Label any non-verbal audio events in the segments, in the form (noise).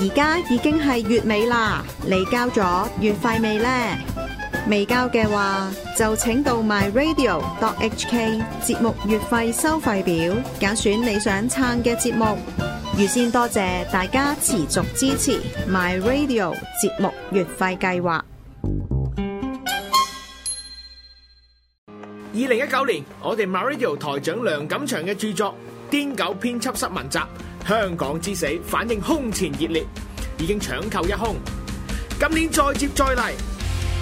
而家已經係月尾啦，你交咗月費未呢？未交嘅話，就請到 myradio.hk 節目月費收費表，揀選你想撐嘅節目。預先多謝大家持續支持 myradio 節目月費計劃。二零一九年，我哋 MyRadio 台長梁錦祥嘅著作《癲狗編輯室文集：香港之死》反應空前熱烈，已經搶購一空。今年再接再厲，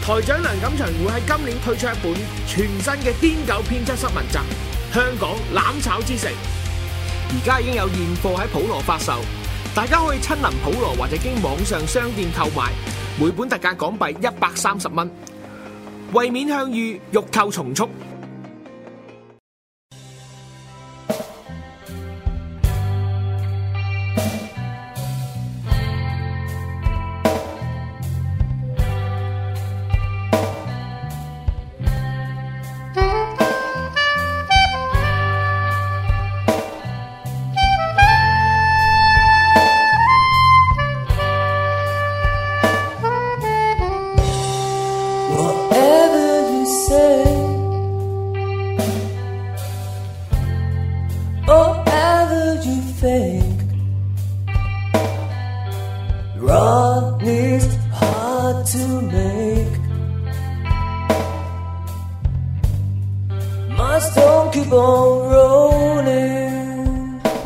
台長梁錦祥會喺今年推出一本全新嘅《癲狗編輯室文集：香港攬炒之城》，而家已經有現貨喺普羅發售，大家可以親臨普羅或者經網上商店購買，每本特價港幣一百三十蚊。為免向隅，欲購從速。 Whatever you say, or ever you think, wrong is hard to make. My stone keep on rolling.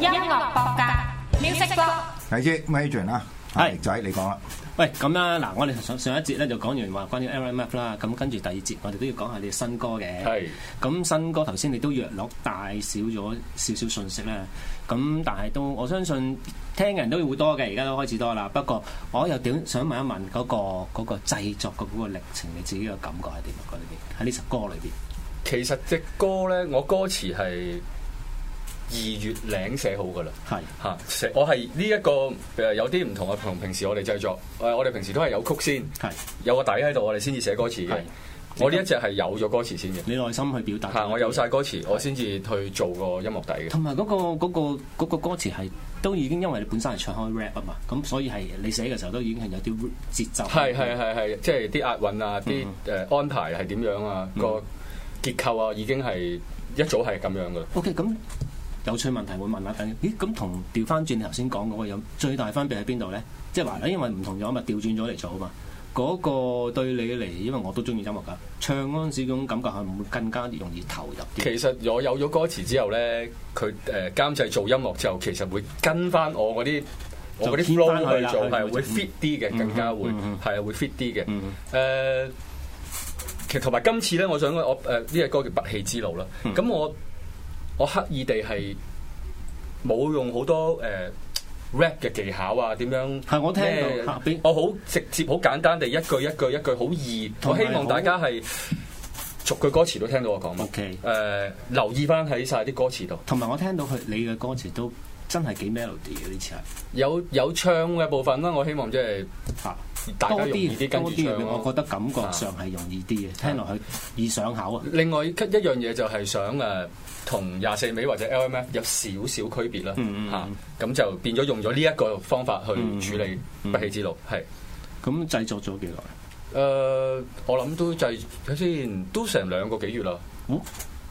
音樂博格 Music Blog。睇先 m a j o r 啦，係力仔你講啦，喂，咁啦，嗱，我哋上上一節咧就講完話關於 LMF 啦，咁跟住第二節我哋都要講下你新歌嘅。係。咁新歌頭先你都約落帶少咗少少信息啦，咁但係都我相信聽嘅人都會多嘅，而家都開始多啦。不過我又點想問一問嗰、個嗰、個製作嘅嗰個歷程，你自己嘅感覺係點啊？嗰裏邊喺呢首歌裏邊，其實只歌咧，我歌詞係二月零寫好噶啦。係嚇！寫我係呢一個誒、有啲唔同啊，同平時我哋製作誒、我哋平時都係有曲先，係有個底喺度，我哋先至寫歌詞嘅係。我呢一隻係有咗歌詞先嘅，你內心去表達。嚇！我有晒歌詞，我先至去做個音樂底嘅。同埋嗰個嗰、個嗰個歌詞係都已經因為你本身係唱開 rap 啊嘛，咁所以係你寫嘅時候都已經係有啲節奏。係係係係，嗯即係啲押韻啊，啲誒安排係點樣啊，嗯個結構啊，已經係一早係咁樣噶啦。 OK，咁有趣問題會問啦，等咦咁同調翻轉你頭先講嗰個有最大分別喺邊度咧？即係話因為唔同咗嘛，調轉咗嚟做啊嘛。嗰個對你嚟，因為我都中意音樂㗎，唱嗰陣時嗰種感覺係會更加容易投入啲。其實我有咗歌詞之後咧，佢誒監製做音樂之後，其實會跟翻我嗰啲我嗰啲就 keep 返佢 flow 啦去做，佢係會會 fit 啲嘅，更加會嗯嗯係啊會 fit 啲嘅。誒、呃嗯其實同埋今次咧，我想我誒呢隻歌叫《不棄之路》啦。嗯咁、我我刻意地係冇用好多誒。rap 嘅技巧啊，點樣？係我聽到咩下邊我好直接、好簡單地一句一句一句好易。同我埋希望大家係逐句歌詞都聽到我講乜。 OK 誒、留意翻喺晒啲歌詞度，同埋我聽到佢你嘅歌詞都真係幾 melody 嘅呢次係有有唱嘅部分啦，我希望即係嚇。大家多容易啲啲跟多住啲唱嘅，我覺咯。得感覺上係容易啊啲嘅，聽落去易上口啊。另外一一樣嘢就係想誒同廿四尾或者 LMF 有少少區別啦，嚇咁、嗯嗯嗯就變咗用咗呢一個方法去嗯嗯處理嗯不棄之路，係誒、咁製作咗幾耐？我諗都就係睇先都成兩個幾月啦，哦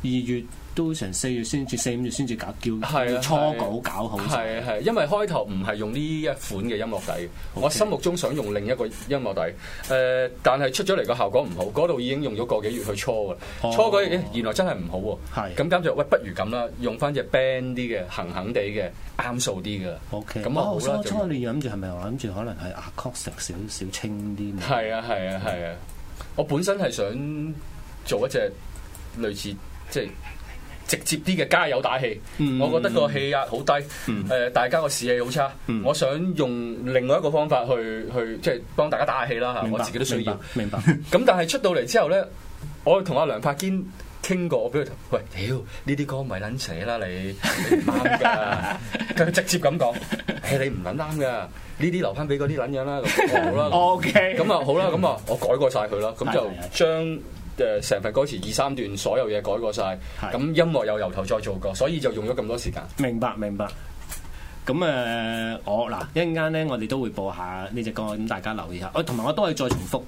二月都成四月先至，四五月先至搞叫係啊初稿搞好晒。係啊係，因為開頭唔係用呢一款嘅音樂底我心目中想用另一個音樂底，誒、但係出咗嚟個效果唔好，嗰度已經用咗個幾月去搓哦㗎，搓嗰嘢原來真係唔好係喎，咁跟住喂，不如咁啦，用翻只 band 啲嘅，行行地嘅，啱數啲嘅 O K，咁咁啊好我啦哦初初就，你諗住係咪話諗住可能係 acoustic 少少清啲？係啊係啊係啊，我本身係想做一隻類似即係。直接啲嘅加油打氣，嗯我覺得個氣壓好低，誒、大家個士氣好差，嗯我想用另外一個方法去去即係幫大家打下氣啦嚇，明 (laughs) 我白自己都需要。，明白。 (laughs) 咁但係出到嚟之後咧，我同阿梁柏堅傾過，我俾佢睇喂，屌呢啲歌咪撚寫啦你，你唔 (laughs) 啱㗎。佢直接咁講，誒你唔撚啱㗎，呢啲留翻俾嗰啲撚樣啦。咁哦我好啦， O K，咁啊好啦，咁啊我改過晒佢啦，咁就係係係將。誒成份歌詞二三段所有嘢改過晒，係咁音樂又由頭再做過，所以就用咗咁多時間。明白明白。咁誒、呃我嗱一陣間咧，我哋都會播下呢只歌，咁大家留意下。我哦同埋我都係再重複，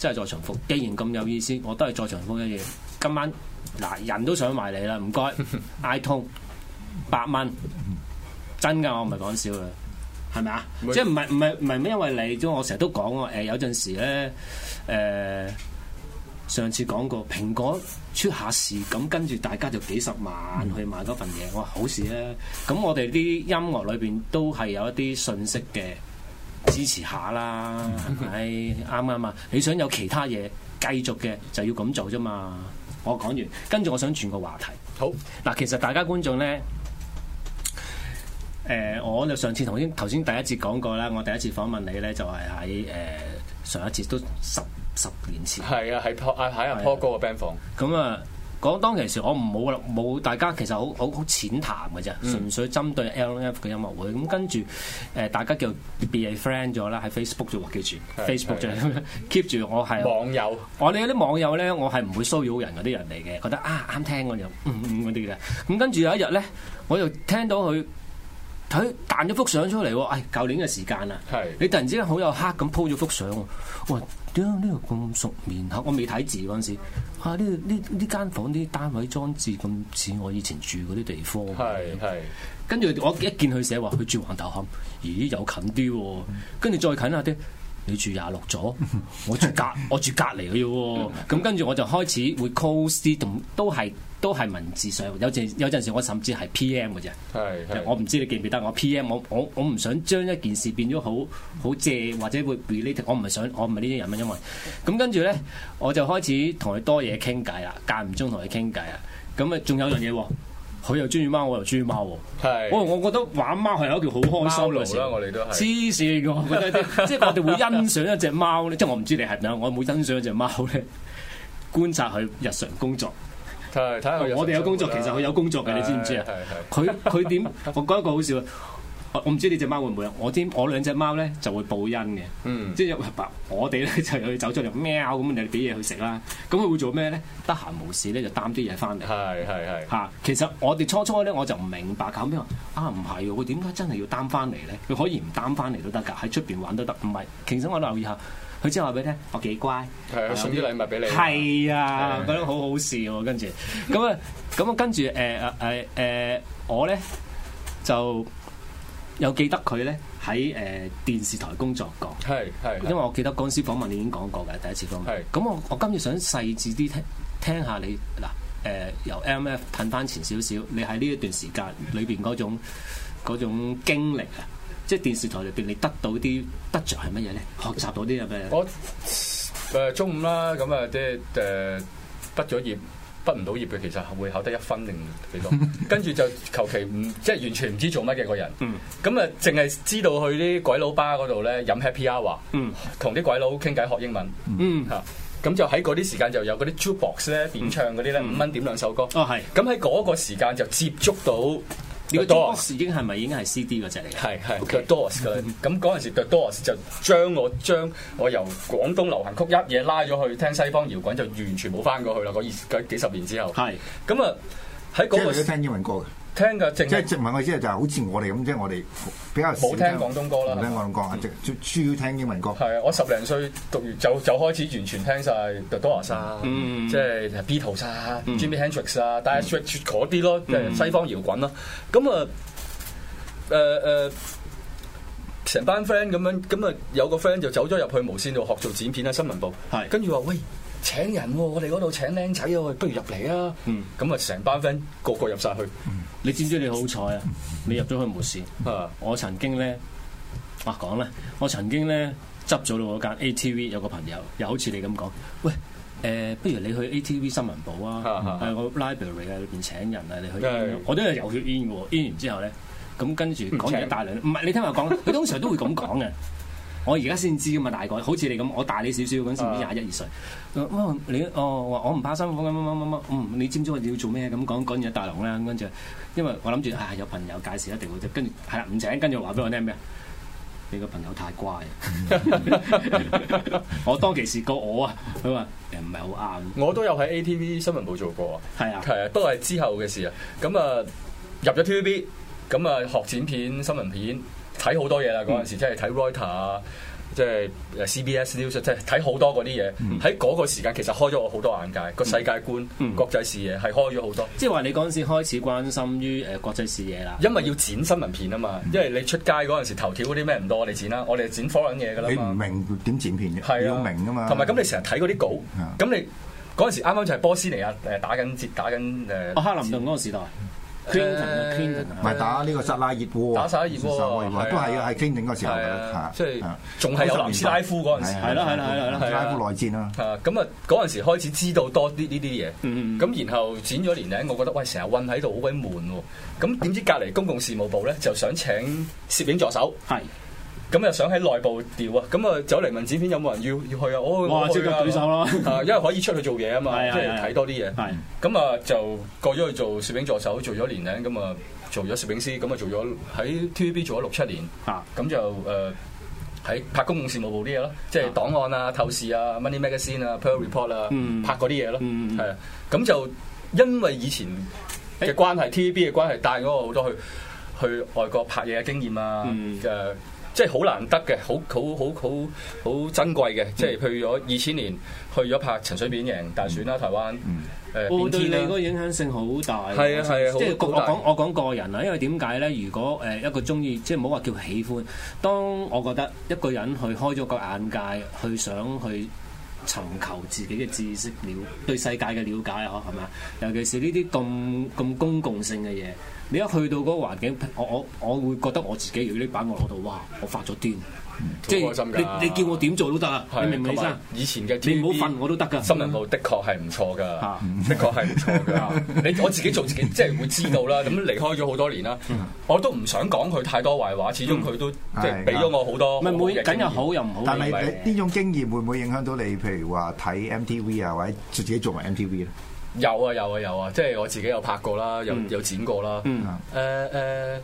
真係再重複。既然咁有意思，我都係再重複一樣。今晚嗱人都想埋你啦，唔該，iTune 八蚊，真㗎，我唔係講笑㗎。係咪啊？唔係即係唔係唔係唔係因為你，即係我成日都講我誒有陣時咧誒、呃上次講過蘋果出下事，咁跟住大家就幾十萬去買嗰份嘢，我話好事啊！咁我哋啲音樂裏邊都係有一啲信息嘅支持下啦，係咪啱唔啱啊？你想有其他嘢繼續嘅，就要咁做啫嘛。我講完，跟住我想轉個話題。好嗱，其實大家觀眾咧。誒、我就上次頭先頭先第一節講過啦，我第一次訪問你咧，就係喺誒上一節都十十年前。係啊，喺 Po 啊喺阿 Paul 哥個 band 房，咁啊，講當其時我唔冇冇大家其實好好好淺談嘅啫，嗯純粹針對 L.N.F 嘅音樂會。咁跟住誒，大家叫 be a friend 咗啦，喺 Facebook 啫喎，記住係 Facebook 啫係 (laughs) ，keep 住我係啊網友我哋有啲網友咧，我係唔會騷擾人嗰啲人嚟嘅，覺得啊啱聽我就嗯嗯嗰啲嘅。咁跟住有一日咧，我就聽到佢佢彈咗幅相出嚟喎，唉、舊年嘅時間啦。係你突然之間好有黑咁 po 咗幅相喎，哇！點解呢度咁熟面口？我未睇字嗰陣時，嚇呢度呢呢間房啲單位裝置咁似我以前住嗰啲地方。係係跟住我一見佢寫話佢住橫頭磡，咦有近啲喎，跟住再近下啲。你住廿六座，我住隔我住隔離嘅啫喎，咁跟住我就開始會 call 啲同都係都係文字上，有陣有陣時我甚至係 PM 嘅啫。係係，我唔知你記唔記得我 P.M. 我我我唔想將一件事變咗好好借或者會 relate，我唔係想我唔係呢啲人啊，因為咁跟住咧我就開始同佢多嘢傾偈啦，間唔中同佢傾偈啊，咁啊仲有樣嘢喎，佢又中意貓，我又中意貓喎。係我我覺得玩貓係一件好開心嘅事。貓奴啦我哋都係黐線嘅，我覺得 (laughs) 啲即係我哋會欣賞一隻貓咧，即係我唔知你係咪啊，我會欣賞一隻貓咧，觀察佢日常工作。睇睇下佢我哋有工作，其實生活啦佢有工作嘅，你知唔知啊係係係？佢佢點？ (laughs) 我覺得一個好笑啊！我我唔知你只貓會唔會啊？我啲我兩隻貓咧就會報恩嘅，嗯即係有我哋咧 (laughs) 就有走咗嚟喵咁，你俾嘢佢食啦。咁佢會做咩咧？得閒無事咧就擔啲嘢翻嚟。係係係。嚇、其實我哋初初咧我就唔明白，後尾話啊唔係喎，佢點解真係要擔翻嚟咧？佢可以唔擔翻嚟都得㗎，喺出邊玩都得。唔係，其實我留意下，佢之後話俾你聽，我幾乖。係啊佢送啲禮物俾你。係啊，係覺得好好笑喎。跟住咁啊，咁啊，跟住誒誒誒誒，我咧就有記得佢咧喺誒電視台工作過。係係，因為我記得嗰陣時訪問你已經講過嘅第一次訪問係。咁我我今次想細緻啲聽聽下你嗱誒、由 M F 褪翻前少少，你喺呢一段時間裏邊嗰種嗰種經歷啊，即係電視台裏邊你得到啲得着係乜嘢咧？學習到啲係咩呢？我誒中午啦，咁啊即係誒畢咗業。畢唔到業嘅其實會考得一分定幾 (laughs) 多，跟住就求其唔即係完全唔知做乜嘅個人。嗯咁啊，淨係知道去啲鬼佬巴嗰度咧飲 Happy Hour，嗯同啲鬼佬傾偈學英文嗯，嚇。咁就喺嗰啲時間就有嗰啲 jukebox 咧點唱嗰啲咧，五蚊點兩首歌。哦係。咁喺嗰個時間就接觸到你個 The Doors Doors 已經係咪已經係 CD 嗰只嚟嘅？係係 The Doors 㗎啦，咁嗰陣時 The Doors 就將我將我由廣東流行曲一嘢拉咗去聽西方搖滾，就完全冇翻過去啦。嗰二嗰幾十年之後，係咁啊喺即嗰係個你都聽英文歌嘅，聽嘅淨即係係殖民嘅即係就係好似我哋咁，即係我哋比較少冇聽廣東歌啦冇聽廣東歌啊，即係主要聽英文歌。係啊！我十零歲讀完就就開始完全聽晒 The Doors 啊，嗯即係 Beatles 啊、Jimi Hendrix 啊、Dire Straits 嗰啲嗯咯，即係西方搖滾啦。咁啊誒誒。成班 friend 咁樣，咁啊有個 friend 就走咗入去無線度學做剪片啊啦，新聞部。係跟住話喂，請人喎、我哋嗰度請僆仔啊，喂不如入嚟啊。嗯咁啊，成班 friend 個個入晒去你知唔知你好彩啊？你入咗去無線，啊，我曾經咧，啊講啦，我曾經咧執咗到嗰間 ATV 有個朋友，又好似你咁講，喂。誒、不如你去 ATV 新聞部啊，啊啊誒個 library 啊裏邊請人啊，你去係 in 我都係有去 in 嘅喎，in 完之後咧，咁跟住講完一大輪，唔係你聽我講，佢通常都會咁講嘅。我而家先知噶嘛，大概好似你咁，我大你少少嗰陣時唔知啊廿一二歲。佢話哇你哦，我話我唔怕辛苦咁乜乜乜乜，嗯，你知唔知我哋要做咩咁講講嘢大龍啦，咁跟住，因為我諗住啊有朋友介紹一定會得，跟住係啦唔請，跟住話俾我聽咩？你個朋友太乖，我當其時過我啊，佢話誒唔係好我都有喺 ATV 新聞部做過啊。啱，係啊，係啊，都係之後嘅事啊。咁啊，入咗 TVB，咁啊學剪片、新聞片睇好多嘢啦，嗰陣時即係睇 Reuters 啊。即係誒 CBS News，即係啊睇好多嗰啲嘢。嗯喺嗰、個時間其實開咗我好多眼界，個世界觀、嗯國際視野係開咗好多。即係話你嗰陣時開始關心於誒國際視野啦。因為要剪新聞片啊嘛，嗯因為你出街嗰陣時頭條嗰啲咩唔到我哋剪啦，我哋剪 foreign 嘢噶啦你嘛唔明點剪片嘅，係你啊，要明噶嘛。同埋咁你成日睇嗰啲稿啊，咁你嗰陣時啱啱就係波斯尼亞誒打緊折打緊誒。哦我克哦林頓嗰個時代，Clinton 啊誒 Clinton 啊咪打呢個薩拉熱窩，打薩拉熱窩薩拉熱係啊都係啊，係傾整個時候㗎係啦啊，嚇即係啊仲係有南斯拉夫嗰陣時係啊係咯係咯係咯係咯南斯拉夫內戰啦，啊，咁啊嗰陣時開始知道多啲呢啲嘢，咁、嗯嗯嗯然後剪咗年零，我覺得喂成日韞喺度好鬼悶喎，咁點知隔離公共事務部咧就想請攝影助手，係，咁又想喺內部調啊，咁啊走嚟問剪片有冇人要要去啊，哦，哇我去啊即刻舉手 (laughs) 咯啊因為可以出去做嘢啊嘛，係係即係係睇多啲嘢，係咁啊就過咗去做攝影助手，做咗年零，咁啊做咗攝影師，咁啊做咗喺 TVB 做咗六七年。啊咁就誒喺、拍公共事務部啲嘢咯，即係檔案啊、透視啊、Money Magazine 啊、Pearl Report 啊，嗯拍嗰啲嘢咯，係、嗯嗯啊，咁就因為以前嘅關係、TVB 嘅關係，帶咗我好多去去外國拍嘢嘅經驗啊，誒、嗯即係好難得嘅，好好好好好珍貴嗯嘅，即係去咗二千年去咗拍陳水扁贏大嗯選啦，台灣誒我變哦對天你啦嗰個影響性好大，係啊係啊好即係個好我大講我講個人啊啦，因為點解咧？如果誒一個中意，即係唔好話叫喜歡，當我覺得一個人去開咗個眼界，去想去尋求自己嘅知識了，對世界嘅了解呵，係咪啊尤其是呢啲咁咁公共性嘅嘢，你一去到嗰個環境，我我我會覺得我自己如果呢把我攞到，哇！我發咗癲，即好開心係㗎你你叫我點做都得啊！係你明唔明同先埋？以前嘅你 TVB 唔好瞓我都得㗎。新聞部的確係唔錯噶啊，的確係唔 (laughs) 錯噶。你我自己做自己，即係會知道啦。咁離開咗好多年啦，嗯我都唔想講佢太多壞話，始終佢都即係係俾咗我好多唔嗯係每嘅緊經驗又好又唔好。但係明白你呢種經驗會唔會影響到你？譬如話睇 MTV 啊，或者自己做埋 MTV 咧？有啊有啊有啊，即係我自己有拍過啦，有嗯有剪過啦。嗯誒誒，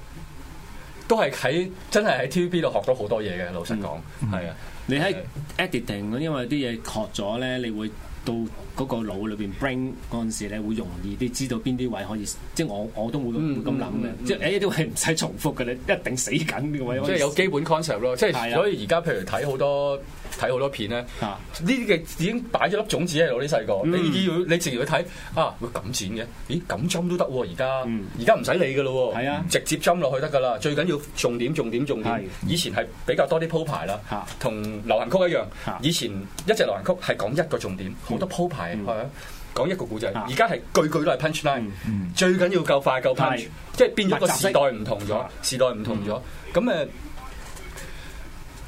都係喺真係喺 TVB 度學到好多嘢嘅，老實講嗯係啊。你喺 editing 嗰因為啲嘢學咗咧，你會到嗰個腦裏邊 brain 嗰陣時咧，會容易啲知道邊啲位可以，即係我我都會會嗯咁諗嗯嘅，嗯即係誒哎呢啲位唔使重複嘅咧，一定死緊呢個位可以。即係有基本 concept 咯，即係係啦所以而家譬如睇好多睇好多片咧，呢啊啲嘅已經擺咗粒種子喺度，啲細個嗯你要你直接去睇啊，會咁剪嘅，咦咁針都得喎，而家嗯而家唔使理噶咯喎，係啊直接針落去得噶啦，最緊要重點重點重係點，以前係比較多啲鋪排啦嚇，同流行曲一樣嚇，嗯以前一隻流行曲係講一個重點，好多鋪排係啊。講一個故仔，嚇而家係句句都係 punch line，嗯最緊要夠快夠 punch，係即係變咗個密集式時代唔同咗嚇，時代唔同咗，咁呃誒。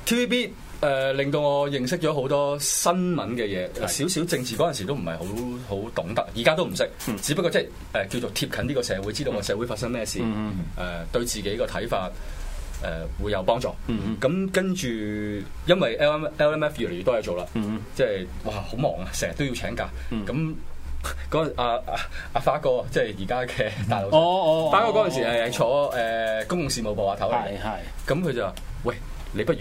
TVB 誒、呃令到我認識咗好多新聞嘅嘢，少少政治嗰陣時都唔係好好懂得，而家都唔識，只不過即係誒叫做貼近呢個社會，知道個社會發生咩事，誒、呃對自己個睇法誒、會有幫助。咁、跟住因為 L L M F 越嚟越多嘢做啦，即係哇好忙啊，成日都要請假，咁嗰阿阿阿花哥即係而家嘅大佬，哦哦哦花哥嗰陣時係坐誒、公共事務部下頭嚟嘅係係咁佢就話：喂，你不如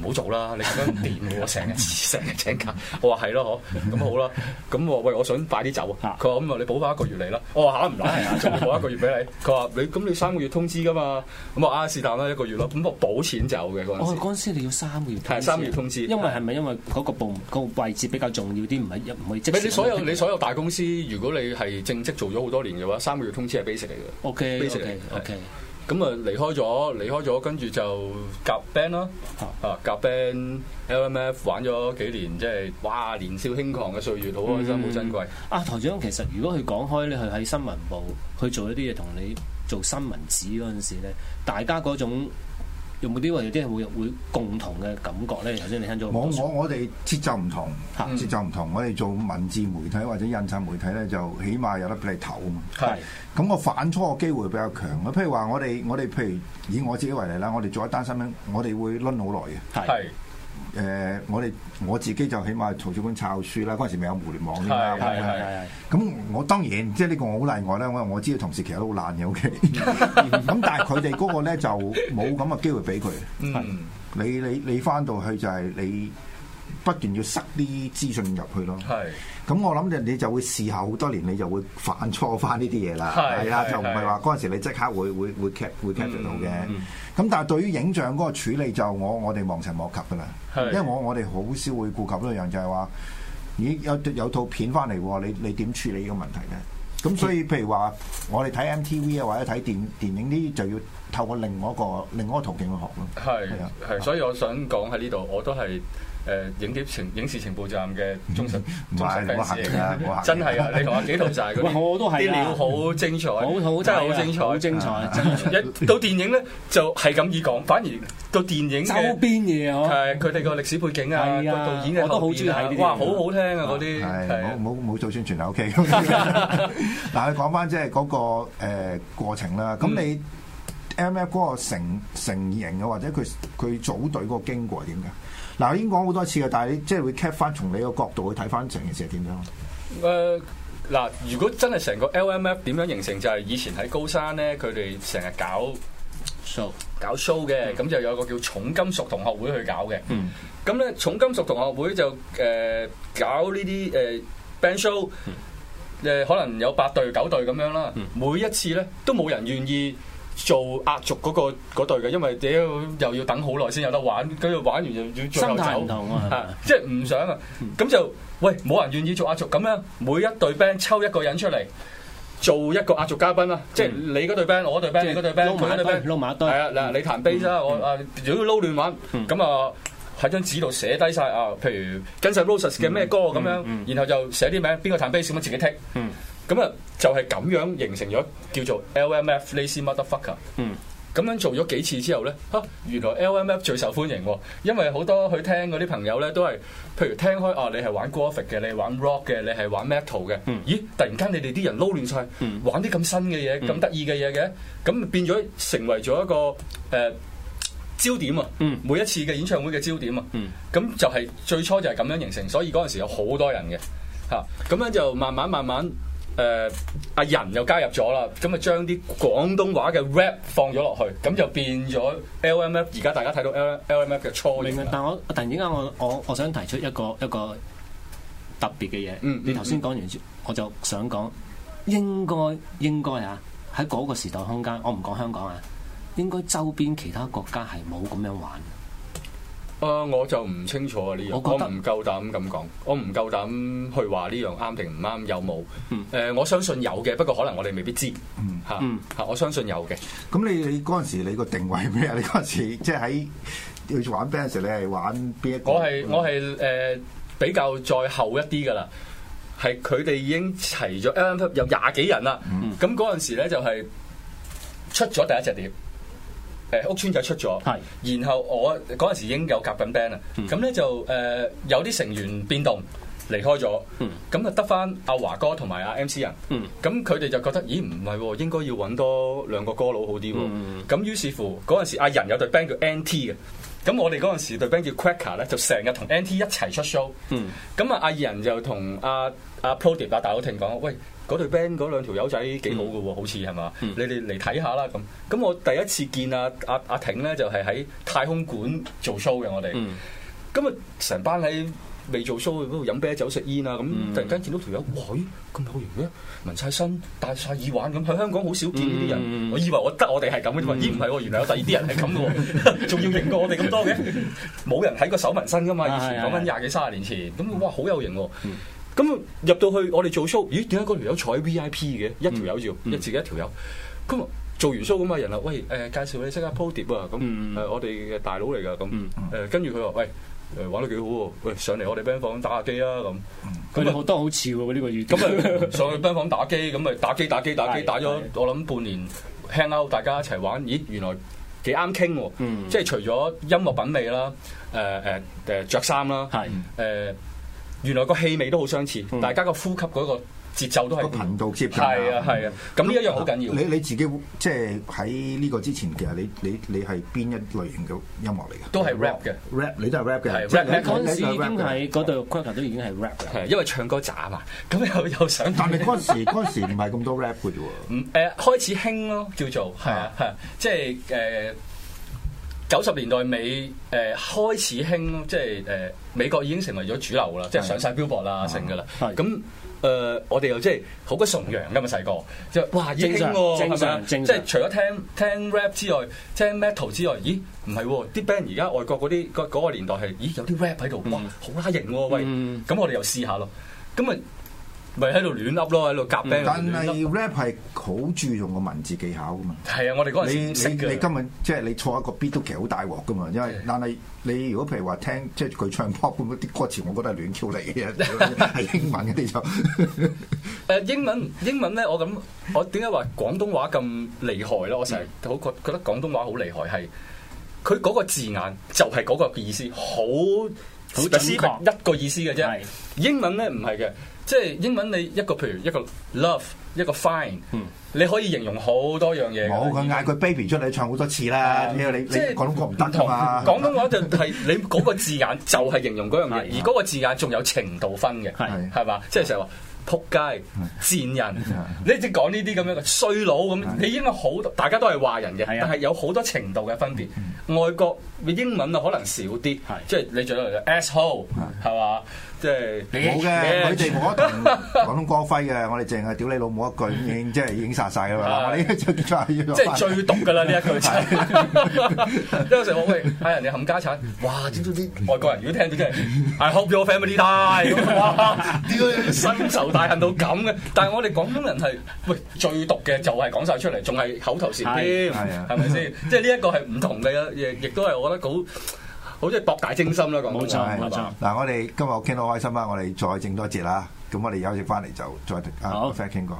唔好做啦，你咁樣唔 (laughs) 掂喎，成日成日請假。我話係咯，嗬，咁好啦。咁我話喂，我想快啲走啊啊。佢話咁啊，你補翻一個月 (laughs) 嚟啦。我話吓唔難啊，仲要補一個月俾你。佢話你咁你三個月通知噶嘛。咁我話啊是但啦，一個月咯。咁我補錢走嘅嗰哦陣時。嗰陣時你要三個月通係知啊三個月通知因為係咪因為嗰個部嗰個位置比較重要啲，唔係一唔係即唔係時你所有你所有大公司，如果你係正職做咗好多年嘅話，三個月通知係 basic 嚟嘅。 OK basic OK 嚟 OK 咁啊離開咗，離開咗，跟住就夾 band 啦，啊夾 band LMF 玩咗幾年，即係哇年少輕狂嘅歲月，好開心，好珍貴。啊台長，其實如果佢講開咧，佢喺新聞部去做一啲嘢，同你做新聞紙嗰陣時咧，大家嗰種有冇啲話有啲係會會共同嘅感覺咧？頭先你聽咗我講我我哋節奏唔同，嚇節奏唔同。我哋做文字媒體或者印刷媒體咧，就起碼有得俾你投啊嘛。係咁我反錯嘅機會比較強啊啦。譬如話，我哋我哋譬如以我自己為例啦，我哋做一單新聞，我哋會攆好耐嘅。係係誒、我哋我自己就起碼圖書館抄書啦，嗰陣時未有互聯網㗎嘛係係係係係咁我當然即係呢個我好例外啦，因為我知道同事其實都好懶嘅，OK。咁但係佢哋嗰個咧就冇咁嘅機會俾佢。嗯你你你翻到去就係你不斷要塞啲資訊入去咯。係咁我諗你你就會試下好多年，你就會反搓翻呢啲嘢啦。係係啊，係嗯就唔係話嗰陣時你即刻會會會 cap 會 cap 到嘅。咁但係對於影像嗰個處理就我我哋望塵莫及噶啦，係因為我我哋好少會顧及呢樣就係話，咦有有套片翻嚟喎，你你點處理呢個問題咧？咁所以譬如話，我哋睇 MTV 啊，或者睇電電影呢，啲就要透過另外一個另外一個途徑去學咯。係係啊係，所以我想講喺呢度，我都係誒影碟情影視情報站嘅忠實唔忠係實唔好客 fans 氣啊唔好客氣真係啊！你同阿幾度就係嗰喂啲我都係啊啲料好精彩，好好真睇啊係好精彩，好精彩，真係一到電影咧就係咁易講，反而到電影周嘅邊嘢哦我係佢哋個歷史背景啊，個係啊導演嘅我都好後邊啊中意睇呢啲哇，嘢好好聽啊嗰啲係係啊冇冇冇做宣傳啊，OK。嗱，講翻即係嗰個誒、呃、過程啦。咁嗯你 M F 嗰個成成型啊，或者佢佢組隊嗰個經過係點㗎？嗱，已經講好多次嘅，但係你即係會 cap 翻從你個角度去睇翻成件事係點樣。誒呃嗱，如果真係成個 LMF 點樣形成，就係以前喺高山咧，佢哋成日搞 show 搞 show 嘅，咁就有個叫重金屬同學會去搞嘅。嗯咁咧，重金屬同學會就誒、呃搞呢啲誒 band show，誒、可能有八隊九隊咁樣啦。每一次咧都冇人願意。做壓軸嗰、個嗰隊嘅，因為屌又要等好耐先有得玩，跟住玩完又要最心後態走唔，同啊啊即係唔想啊。咁就喂冇人願意做壓軸，咁樣每一隊 band 抽一個人出嚟做一個壓軸嘉賓啦，即係你嗰隊 band，我嗰隊 band，嗯即係你嗰隊 band，撈埋佢嗰隊一 band，堆撈埋一嗯堆係啊，嗱，你彈 bass 啦，我啊，如果撈亂玩，嗯咁啊。喺張紙度寫低晒啊，譬如跟晒 Roses 嘅咩歌咁嗯樣，然後就寫啲名，邊個彈 bass 咁樣自己剔。咁啊，就係咁樣形成咗叫做 LMF Lazy Motherfucker。嗯。咁樣做咗幾次之後咧，嚇、原來 LMF 最受歡迎喎，因為好多去聽嗰啲朋友咧都係，譬如聽開啊，你係玩 graphic 嘅，你係玩 rock 嘅，你係玩 metal 嘅，咦，突然間你哋啲人撈亂晒，玩啲咁新嘅嘢，咁得意嘅嘢嘅，咁變咗成為咗一個誒。呃焦點啊！嗯每一次嘅演唱會嘅焦點啊，咁、嗯就係最初就係咁樣形成，所以嗰陣時有好多人嘅嚇，咁、樣就慢慢慢慢誒阿、仁又加入咗啦，咁啊將啲廣東話嘅 rap 放咗落去，咁就變咗 LMF。而家大家睇到 L LMF 嘅初明型白，啦，但我突然之間我我我想提出一個一個特別嘅嘢。嗯嗯你頭先講完，我就想講應該應該啊，喺嗰個時代空間，我唔講香港啊，應該周邊其他國家係冇咁樣玩。啊、我就唔清楚啊呢樣，我我覺得唔夠膽咁講，我唔夠膽去話呢樣啱定唔啱，有冇？誒、呃我相信有嘅，不過可能我哋未必知嚇嗯嚇，我相信有嘅。咁你你嗰陣時你個定位係咩啊？你 (laughs) 嗰陣時即係喺去玩 band 時，你係玩邊一個？我係我係誒、呃比較再後一啲噶啦，係佢哋已經齊咗 L M 有廿幾人啦。咁嗰陣時咧就係、出咗第一隻碟，誒、呃屋村仔出咗，係然後我嗰陣時已經有夾緊 band 啦。咁咧、就誒、呃有啲成員變動。離開咗，咁啊得翻阿華哥同埋阿 MC 人，咁佢哋就覺得，咦唔係喎，應該要揾多兩個歌佬好啲喎。咁於是乎嗰陣時，阿仁有隊 band 叫 NT 嘅，咁我哋嗰陣時隊 band 叫 Cracker 咧，就成日同 NT 一齊出 show。咁啊，阿仁就同阿阿 Pro d i 阿大佬聽講，喂嗰隊 band 嗰兩條友仔幾好嘅喎，好似係嘛？你哋嚟睇下啦咁。咁我第一次見阿阿阿挺咧，就係喺太空館做 show 嘅我哋。咁啊，成班喺未做 show 嗰度飲啤酒食煙啊，咁突然間見到條友，哇！咦咁有型嘅，紋晒身，戴晒耳環咁，喺香港好少見呢啲人。我以為我得我哋係咁嘅啫嗯嘛，咦唔係喎，原來有第二啲人係咁 (laughs) 嘅喎，仲要型過我哋咁多嘅，冇人睇過手紋身噶嘛，以前嗯啊係係嗯講緊廿幾三十年前，咁哇好有型喎。咁入到去我哋做 show，咦點解嗰條友坐喺 V I P 嘅？一嗯條友要，一自己一條友。咁啊做完 show 咁啊人啦，喂誒、介紹你識下 p o d i p 啊，咁誒、嗯我哋嘅大佬嚟㗎咁誒，跟住佢話喂。誒玩得幾好喎！喂，上嚟我哋 band 房打下機啊咁，佢哋好多好似喎呢個語咁啊上去 band 房打機，咁咪打機打機打機係打咗係我諗半年 hang out，大家一齊玩，咦原來幾啱傾喎！嗯即係除咗音樂品味啦，誒誒誒著衫 (laughs) 啦，係誒原來個氣味都好相似，嗯大家個呼吸嗰個節奏都係個頻道接近係啊係啊，咁呢一樣好緊要。你你自己即係喺呢個之前，其實你你你係邊一類型嘅音樂嚟嘅？都係 rap 嘅 rap 你都係 rap 嘅，係即係 rap- 你你嗰陣時已你都係經 rap 嘅係嗰隊 Quaker 都已經係 rap 啦。係因為唱歌渣嘛，咁又又想但係嗰陣時 (laughs) 嗰陣時唔係咁多 rap 嘅啫喎。唔誒開始興咯，叫做係啊啊係啊，即係誒九十年代尾誒、呃、開始興，即係誒、呃美國已經成為咗主流啦，即係係上晒 Billboard 啦，成噶啦。係咁誒、呃我哋又即係好鬼崇洋噶嘛，細個即係哇，已經正常喎，正常係咪啊正即常係除咗聽聽 rap 之外，聽 metal 之外，咦唔係喎，啲 band 而家外國嗰啲嗰嗰個年代係，咦有啲 rap 喺度，哇好拉型喎，喂，嗯咁我哋又試下咯，咁咪咪喺度亂噏咯，喺度夾 band，嗯但亂噏係 rap 係好注重個文字技巧噶嘛。係啊，我哋嗰陣你時你唔你識今嘅。日即係你錯一個 beat 都幾好大鑊噶嘛，因為但係你如果譬如話聽即係佢唱 pop 咁啲歌詞，我覺得係亂 Q 嚟 (laughs) 嘅，係英文嗰啲就誒、英文英文咧，我咁我點解話廣東話咁厲害咧？我成日嗯好覺覺得廣東話好厲害，係佢嗰個字眼就係嗰個意思，好好 specific，準確一個意思嘅啫係。英文咧唔係嘅，即係英文你一個譬如一個 love 一個 fine，、你可以形容好多樣嘢嗯㗎。冇佢嗌佢 baby 出嚟唱好多次啦，因啊為你你即係廣東歌唔得㗎同嘛。廣東話就係 (laughs) 你嗰個字眼就係形容嗰樣嘢，係而嗰個字眼仲有程度分嘅，係係嘛？即係成日話。撲街、賤人，你只講呢啲咁樣嘅衰佬咁，你應該好多，大家都係話人嘅，係啊但係有好多程度嘅分別。嗯外國嘅英文啊，可能少啲，即係你最多就 asshole 係嘛，即係冇嘅，佢哋冇得同廣東歌揮嘅，我哋淨係屌你老母一句，已經即係已經殺晒㗎啦。我哋就叫做要即係最毒噶啦呢一句真 (laughs) 係，因為成日我喂嗌人哋冚家產，哇！點知啲外國人如果聽到真係，I hope your family die (laughs) 咁哇！屌深仇大恨到咁嘅，但係我哋廣東人係喂最毒嘅就係講晒出嚟，仲係口頭禪添，係係啊係咪先？即係呢一個係唔同嘅，亦亦都係我覺得好好即係博大精深啦，講冇錯係冇錯嗱，我哋今日傾到開心啦，我哋再整多一節啦。咁我哋休息翻嚟就再啊好 f a 傾過。